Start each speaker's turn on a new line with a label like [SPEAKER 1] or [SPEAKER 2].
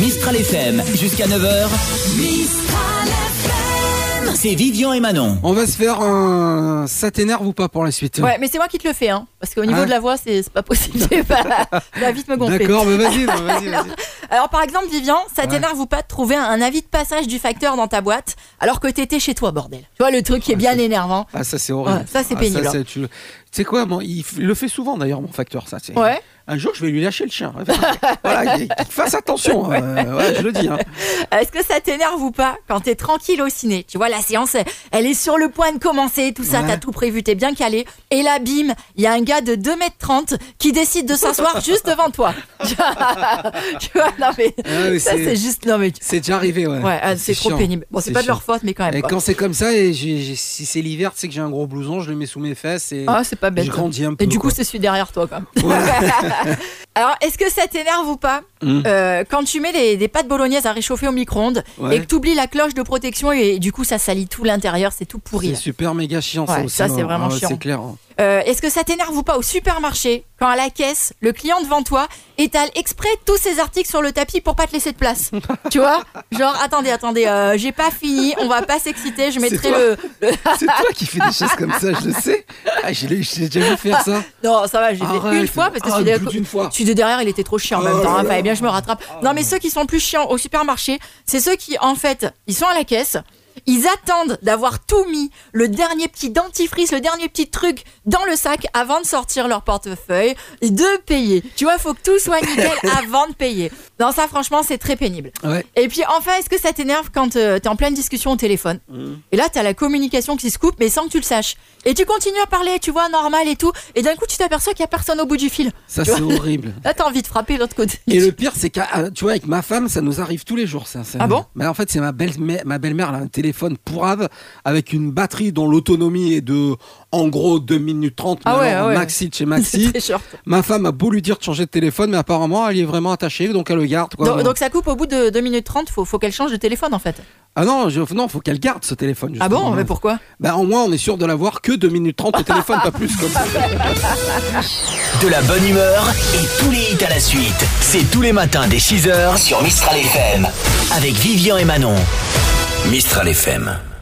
[SPEAKER 1] Mistral FM. Jusqu'à 9h. Mistral FM. C'est Vivian et Manon.
[SPEAKER 2] On va se faire un. Ça t'énerve ou pas pour la suite hein
[SPEAKER 3] Ouais, mais c'est moi qui te le fais, hein. Parce qu'au niveau
[SPEAKER 2] Ah.
[SPEAKER 3] de la voix, c'est c'est pas possible. Tu vas vite me gonfler.
[SPEAKER 2] D'accord, mais vas-y, bah, vas-y, vas-y.
[SPEAKER 3] Alors, par exemple, Vivian, ça t'énerve ou pas de trouver un avis de passage du facteur dans ta boîte alors que t'étais chez toi, bordel Tu vois, le truc qui est bien énervant.
[SPEAKER 2] Ah, ça c'est horrible.
[SPEAKER 3] Ouais, ça, c'est
[SPEAKER 2] Ah,
[SPEAKER 3] pénible. hein.
[SPEAKER 2] tu tu sais quoi, moi, il f- le fait souvent d'ailleurs, mon facteur, ça. c'est-
[SPEAKER 3] Ouais.
[SPEAKER 2] Un jour, je vais lui lâcher le chien. voilà, il- qu'il fasse attention, euh, ouais, je le dis. hein.
[SPEAKER 3] Est-ce que ça t'énerve ou pas quand t'es tranquille au ciné Tu vois, la séance, elle- elle est sur le point de commencer, tout ça,
[SPEAKER 2] Ouais.
[SPEAKER 3] t'as tout prévu, t'es bien calé. Et là, bim, il y a un gars de 2m30 qui décide de s'asseoir juste devant toi. tu vois, non mais.
[SPEAKER 2] Ah, mais
[SPEAKER 3] ça,
[SPEAKER 2] c'est-
[SPEAKER 3] c'est juste. Non mais.
[SPEAKER 2] C'est déjà arrivé, ouais.
[SPEAKER 3] Ouais, ah, c'est trop
[SPEAKER 2] chiant.
[SPEAKER 3] pénible. Bon, c'est pas de
[SPEAKER 2] chiant.
[SPEAKER 3] leur faute, mais quand même.
[SPEAKER 2] Et
[SPEAKER 3] quoi.
[SPEAKER 2] quand c'est comme ça, et j'ai- j'ai- si c'est l'hiver, tu sais que j'ai un gros blouson, je le mets sous mes fesses et
[SPEAKER 3] Ah, c'est pas bête.
[SPEAKER 2] je grandis un peu.
[SPEAKER 3] Et du coup,
[SPEAKER 2] quoi.
[SPEAKER 3] c'est celui derrière toi, quand même. Alors, est-ce que ça t'énerve ou pas
[SPEAKER 2] Mm.
[SPEAKER 3] euh, Quand tu mets les- des pâtes bolognaises à réchauffer au micro-ondes
[SPEAKER 2] Ouais.
[SPEAKER 3] et que t'oublies la cloche de protection et, du coup, ça salit tout l'intérieur, c'est tout pourri.
[SPEAKER 2] c'est
[SPEAKER 3] là.
[SPEAKER 2] super méga chiant, ça
[SPEAKER 3] Ouais,
[SPEAKER 2] aussi.
[SPEAKER 3] ça, c'est
[SPEAKER 2] hein.
[SPEAKER 3] vraiment
[SPEAKER 2] Ah ouais,
[SPEAKER 3] chiant.
[SPEAKER 2] C'est clair. hein.
[SPEAKER 3] Euh, est-ce que ça t'énerve ou pas au supermarché quand à la caisse, le client devant toi étale exprès tous ses articles sur le tapis pour pas te laisser de place Tu vois Genre, attendez, attendez, euh, j'ai pas fini, on va pas s'exciter, je mettrai
[SPEAKER 2] toi.
[SPEAKER 3] le... le-
[SPEAKER 2] C'est toi qui fais des choses comme ça, je le sais. Ah, je l'ai- j'ai déjà vu faire ça.
[SPEAKER 3] Non, ça va, j'ai fait
[SPEAKER 2] Arrête.
[SPEAKER 3] une fois parce que
[SPEAKER 2] Ah,
[SPEAKER 3] celui
[SPEAKER 2] plus
[SPEAKER 3] de-
[SPEAKER 2] d'une fois.
[SPEAKER 3] celui de derrière, il était trop chiant en même
[SPEAKER 2] Oh
[SPEAKER 3] temps.
[SPEAKER 2] là là.
[SPEAKER 3] hein,
[SPEAKER 2] Oh
[SPEAKER 3] fallait bien que je me rattrape. non, mais ceux qui sont plus chiants au supermarché, c'est ceux qui, en fait, ils sont à la caisse. Ils attendent d'avoir tout mis, le dernier petit dentifrice, le dernier petit truc dans le sac avant de sortir leur portefeuille et de payer. Tu vois, faut que tout soit nickel avant de payer. Non, ça, franchement, c'est très pénible.
[SPEAKER 2] Ouais.
[SPEAKER 3] Et puis enfin, est-ce que ça t'énerve quand euh, t'es en pleine discussion au téléphone Et là, t'as la communication qui se coupe, mais sans que tu le saches. Et tu continues à parler, tu vois, normal et tout. Et d'un coup, tu t'aperçois qu'il y a personne au bout du fil.
[SPEAKER 2] Ça, c'est horrible.
[SPEAKER 3] Là, t'as envie de frapper de l'autre côté.
[SPEAKER 2] Et le pire, c'est qu'à tu vois, avec ma femme, ça nous arrive tous les jours. Ça, ça-
[SPEAKER 3] Ah bon
[SPEAKER 2] Bah, En fait, c'est ma belle-mère, ma belle-mère, elle a un téléphone pourrave avec une batterie dont l'autonomie est de, en gros, 2 minutes 30
[SPEAKER 3] Ah
[SPEAKER 2] mais
[SPEAKER 3] ouais,
[SPEAKER 2] alors,
[SPEAKER 3] ouais, ouais.
[SPEAKER 2] maxi de chez
[SPEAKER 3] C'est
[SPEAKER 2] maxi.
[SPEAKER 3] très short.
[SPEAKER 2] Ma femme a beau lui dire de changer de téléphone, mais apparemment, elle y est vraiment attachée, donc elle le garde. Quoi.
[SPEAKER 3] Donc, donc ça coupe au bout de 2 minutes 30, faut, faut qu'elle change de téléphone en fait.
[SPEAKER 2] Ah non, je, non, faut qu'elle garde ce téléphone.
[SPEAKER 3] Ah
[SPEAKER 2] justement.
[SPEAKER 3] bon Mais pourquoi
[SPEAKER 2] Bah, au moins, on est sûr de l'avoir que 2 minutes 30 au téléphone, pas plus. Comme ça.
[SPEAKER 1] De la bonne humeur et tous les hits à la suite. C'est tous les matins dès 6h sur Mistral FM. Avec Vivian et Manon. Mistral FM.